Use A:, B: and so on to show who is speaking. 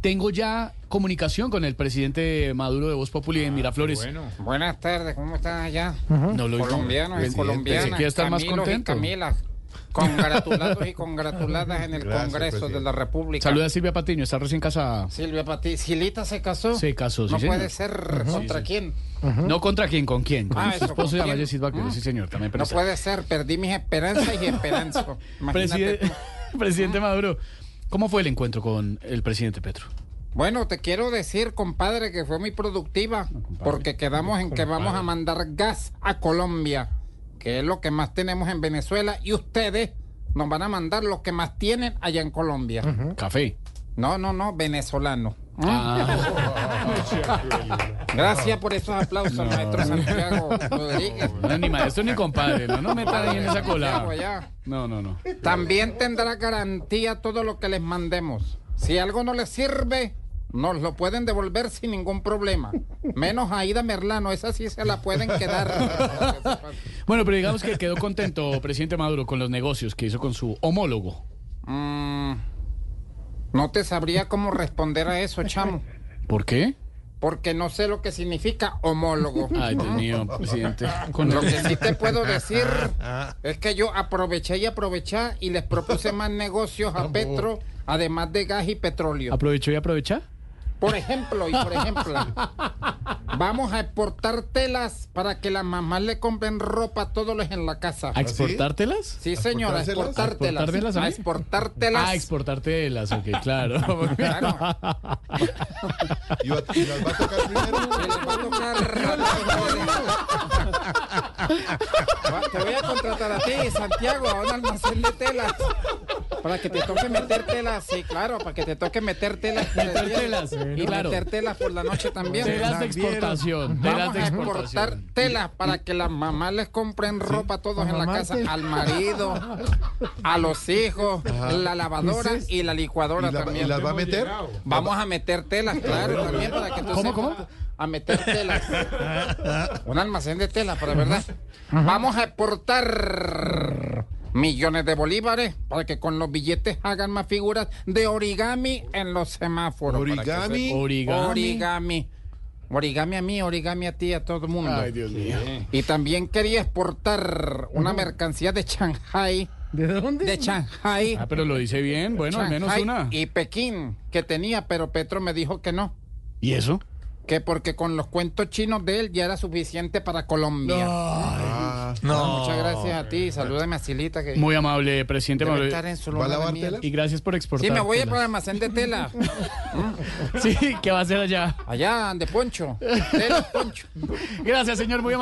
A: Tengo ya comunicación con el presidente Maduro de Voz Populi de Miraflores.
B: Bueno,
C: Buenas tardes, ¿cómo están allá?
A: No lo
C: Colombianos y
A: Presidente,
C: colombianas.
A: pensé que iba a estar más
C: Camilos
A: contento.
C: Y Camilas, congratulados y congratuladas en el
B: Gracias,
C: Congreso
B: presidente.
C: de la República.
A: Saluda a Silvia Patiño, está recién casada.
C: Silvia Pati, Silita se casó.
A: Se casó, sí,
C: No
A: señor.
C: puede ser contra quién.
A: No contra quién, con quién. Con
C: Ah,
A: su
C: eso, ¿con
A: esposo y además
C: quién?
A: Yesid Vaquero, sí señor, también
C: No
A: presente.
C: puede ser, perdí mis esperanzas y esperanzas. Imagínate.
A: Preside- presidente Maduro, ¿cómo fue el encuentro con el presidente Petro?
C: Bueno, te quiero decir, compadre, que fue muy productiva, porque quedamos en que vamos a mandar gas a Colombia, que es lo que más tenemos en Venezuela, y ustedes nos van a mandar lo que más tienen allá en Colombia. ¿Eh?
A: Café.
C: No, no, no, venezolano. ¿Mm?
A: Ah,
C: Gracias por esos aplausos, maestro Santiago Rodríguez.
A: no, ni maestro ni compadre, no, no meta ahí en esa
C: Santiago,
A: cola.
C: ya.
A: No, no, no.
C: También tendrá garantía todo lo que les mandemos. Si algo no les sirve, nos lo pueden devolver sin ningún problema. Menos a Aida Merlano, esa sí se la pueden quedar.
A: Bueno, pero digamos que quedó contento, presidente Maduro, con los negocios que hizo con su homólogo.
C: Mm, no te sabría cómo responder a eso, chamo.
A: ¿Por qué?
C: Porque no sé lo que significa homólogo.
A: Ay, Dios mío, presidente. Con
C: Lo que sí te puedo decir es que yo aproveché y aproveché y les propuse más negocios a Petro, además de gas y petróleo.
A: ¿Aprovechó y aprovecha?
C: Por ejemplo, y por ejemplo, vamos a exportar telas para que las mamás le compren ropa a todos los en la casa.
A: ¿A exportártelas?
C: Sí, señora, a
B: ¿Exportárselas?
C: exportar
A: ¿A exportar telas,
C: telas.
A: eh?
C: A exportar telas.
A: Ah, exportártelas, ok, claro.
C: Claro.
B: ¿Y va- y las va a tocar
C: Que
B: primero?
C: les va a tocar- Va, Te voy a contratar a ti, Santiago, a un almacén de telas. Para que te toque meter telas, sí, claro, para que te toque meter telas. por el
A: Meter
C: día
A: telas,
C: Y
A: claro.
C: meter telas por la noche también.
A: Telas de exportación, telas
C: Vamos
A: de
C: a exportar
A: exportación.
C: telas para que las mamás les compren ropa a todos en la casa, al marido, a los hijos, la lavadora y la licuadora
B: ¿Y, la- y
C: también.
B: las va a meter?
C: Vamos a meter telas, claro, también para que tú
A: ¿Cómo,
C: sepas.
A: cómo?
C: A meter telas. Un almacén de telas, para verdad. Vamos a exportar millones de bolívares para que con los billetes hagan más figuras de origami en los semáforos. para que
B: Origami.
C: sepas.
A: Origami.
C: Origami. Origami a mí, origami a ti, a todo el mundo.
A: Dios mío.
C: Y también quería exportar una mercancía de Shanghai.
D: ¿De dónde?
C: De Shanghai.
A: Ah, pero lo dice bien, bueno, al menos
C: Shanghai
A: una.
C: Y Pekín, que tenía, pero Petro me dijo que no.
A: ¿Y eso?
C: Que porque con los cuentos chinos de él ya era suficiente para Colombia.
B: Ah,
C: Ah, Muchas gracias a ti. Salúdame a Silita, que
A: Muy amable, presidente
C: debe
A: Maduro.
C: estar en su
B: ¿Va a
C: lugar
B: lavar
C: de mierda.
B: telas?
A: Y gracias por exportar.
C: Sí, me voy a ir
A: telas.
C: para el almacén de tela.
A: Sí, ¿qué va a hacer allá?
C: Allá, de Poncho. Tela, Poncho.
A: Gracias, señor, muy amable.